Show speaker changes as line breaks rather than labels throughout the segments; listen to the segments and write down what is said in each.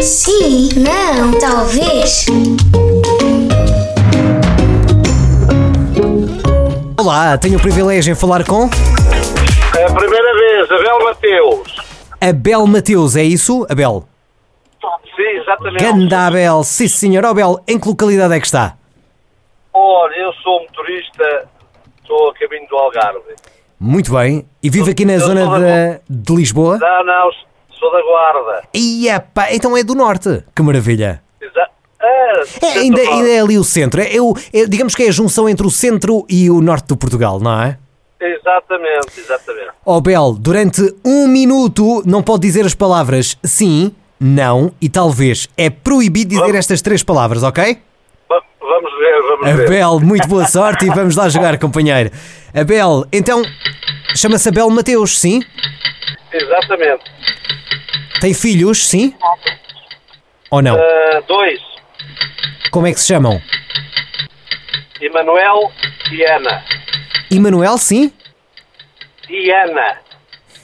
Sim, não, talvez.
Olá, tenho o privilégio em falar com
É a primeira vez, Abel Mateus.
Abel Mateus, é isso, Abel?
Sim, exatamente.
Ganda Abel, sim senhor. Oh, Abel, em que localidade é que está?
Ora, eu sou um motorista, estou a caminho do Algarve.
Muito bem. E vive aqui na
Eu
zona
sou da-
de, de Lisboa?
Não, não, sou da Guarda.
Ia pá, então é do norte. Que maravilha.
Exa ah,
É,
Santo
ainda,
Tomás.
ainda é ali o centro. É, o- é, digamos que é a junção entre o centro e o norte do Portugal, não é?
Exatamente, exatamente.
Oh, Bel, durante um minuto não pode dizer as palavras sim, não e talvez. É proibido dizer estas três palavras, ok?
Va- vamos ver,
É
vamos ver.
Abel, muito boa sorte e vamos lá jogar, companheiro. Abel, então chama-se Abel Mateus, sim?
Exatamente.
Tem filhos, sim? Ou não?
Ah, dois,
Como é que se chamam?
Emanuel e Ana.
E Manuel, sim?
E Ana.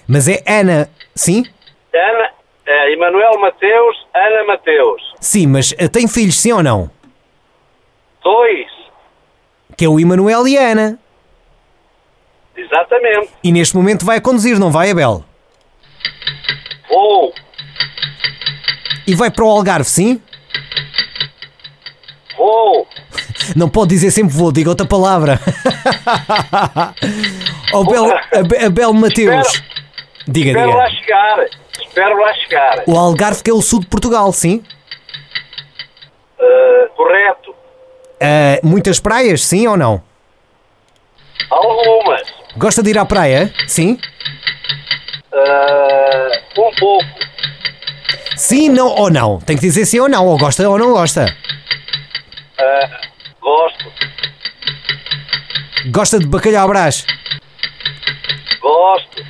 Mas é Ana, sim?
Ana, eh, Emanuel Mateus, Ana Mateus.
Sim, mas eh, tem filhos, sim ou não?
Dois,
Que é o Emanuel e a Ana.
exatamente.
E neste momento vai conduzir, não vai, Abel?
Vou,
E vai para o Algarve, sim?
vou.
Não pode dizer sempre vou, diga outra palavra. oh, Bel, Ab- Abel Mateus. Diga,
Espero lá
diga.
chegar. Espero lá chegar.
O Algarve que é o sul de Portugal, sim?
Eh, correto.
Ah, muitas praias, sim ou não?
Algumas.
Gosta de ir à praia? Sim?
Eh, um pouco.
Sim, não ou não? Tem que dizer sim ou não, ou gosta ou não gosta.
Eh, gosto.
Gosta de bacalhau à brás?
Gosto.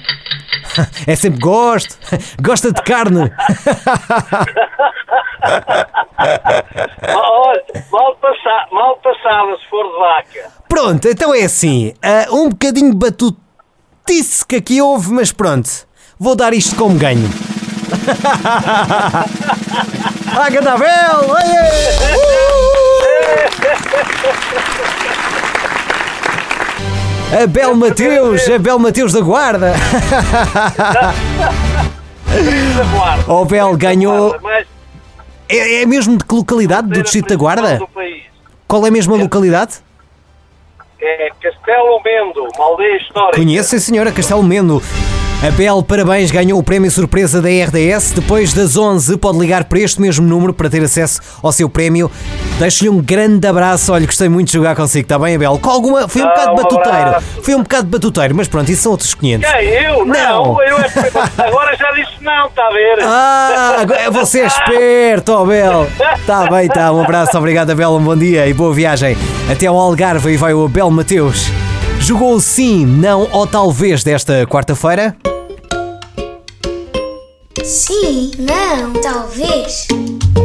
É sempre gosto. Gosta de carne? É.
Ah, olha, mal, passa, mal passada se for de vaca.
Pronto, então é assim. ah, um bocadinho batutice que aqui houve, mas pronto. Vou dar isto como ganho. ah, Gadabel! Abel Mateus, Abel Mateus da Guarda.
Da guarda.
Oh, Bel, ganhou.
Guarda, mas
É, é mesmo de que localidade do
ser a
Distrito da
principal
Guarda?
do país.
Qual é mesmo a localidade?
É Castelo Mendo, uma aldeia histórica.
Conheço, sim, senhora, Castelo Mendo. Abel, parabéns, ganhou o prémio surpresa da RDS. Depois das 11, pode ligar para este mesmo número para ter acesso ao seu prémio. Deixo-lhe um grande abraço. Olha, gostei muito de jogar consigo, está bem, Abel? Com alguma... Foi um
Ah,
bocado
um
batuteiro.
abraço.
Foi um bocado batuteiro, mas pronto, isso são outros 500.
Quem? Eu? Não.
Não.
Eu é que- agora já disse não, está a ver?
Ah, agora você é esperto, Abel. Está bem, está. Um abraço, obrigado, Abel. Um bom dia e boa viagem. Até ao Algarve e vai o Abel Mateus. Jogou o sim, não ou talvez desta quarta-feira?
Sim, não, talvez.